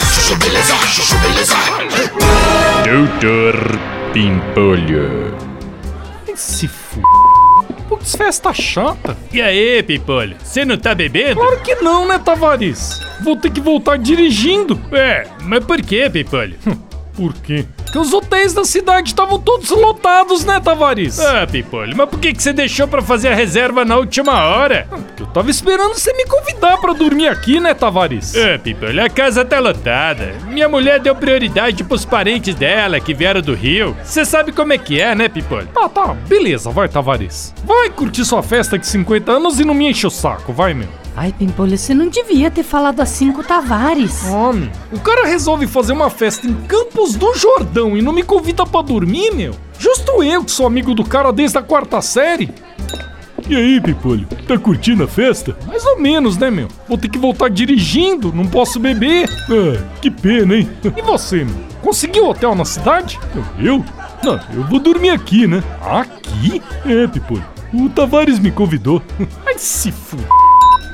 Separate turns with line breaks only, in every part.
Chuchu-beleza, chuchu-beleza.
Doutor Pimpolho.
Se f... Putz, festa chata.
E aí, Pipolho, você não tá bebendo?
Claro que não, né, Tavares? Vou ter que voltar dirigindo.
É, mas por que, Pipolho?
Por quê? Porque os hotéis da cidade estavam todos lotados, né, Tavares?
Ah, Pipolho, mas por que, que você deixou pra fazer a reserva na última hora?
Ah, Porque eu tava esperando você me convidar pra dormir aqui, né, Tavares?
Ah, Pipolho, a casa tá lotada. Minha mulher deu prioridade pros parentes dela que vieram do Rio. Você sabe como é que é, né, Pipolho?
Tá, tá, beleza, vai, Tavares. Vai curtir sua festa de 50 anos e não me enche o saco, vai, meu.
Ai, Pimpolho, você não devia ter falado assim com o Tavares.
Homem, o cara resolve fazer uma festa em Campos do Jordão e não me convida pra dormir, meu? Justo eu que sou amigo do cara desde a quarta série.
E aí, Pipolho, tá curtindo a festa?
Mais ou menos, né, meu? Vou ter que voltar dirigindo, não posso beber. É,
Ah, que pena, hein?
E você, meu? Conseguiu hotel na cidade?
Eu? Não, eu vou dormir aqui, né?
Aqui?
É, Pipolho, o Tavares me convidou.
Ai, se f...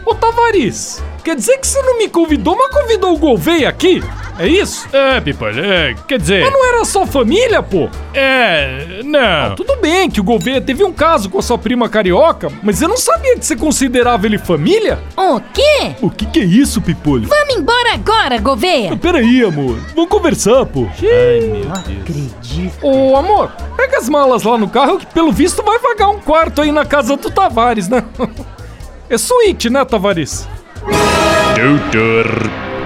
Ô, Tavares, quer dizer que você não me convidou, mas convidou o Gouveia aqui? É isso?
Ah, Pipolho, é, quer dizer...
Mas não era só família, pô? Ah,
É, não.
Tudo bem que o Gouveia teve um caso com a sua prima carioca, mas eu não sabia que você considerava ele família.
O quê?
O que que é isso, Pipolho?
Vamos embora agora, Gouveia!
Peraí, amor, vamos conversar, pô.
Ô, amor, pega as malas lá no carro que pelo visto vai vagar um quarto aí na casa do Tavares, né? É suíte, né, Tavares?
Doutor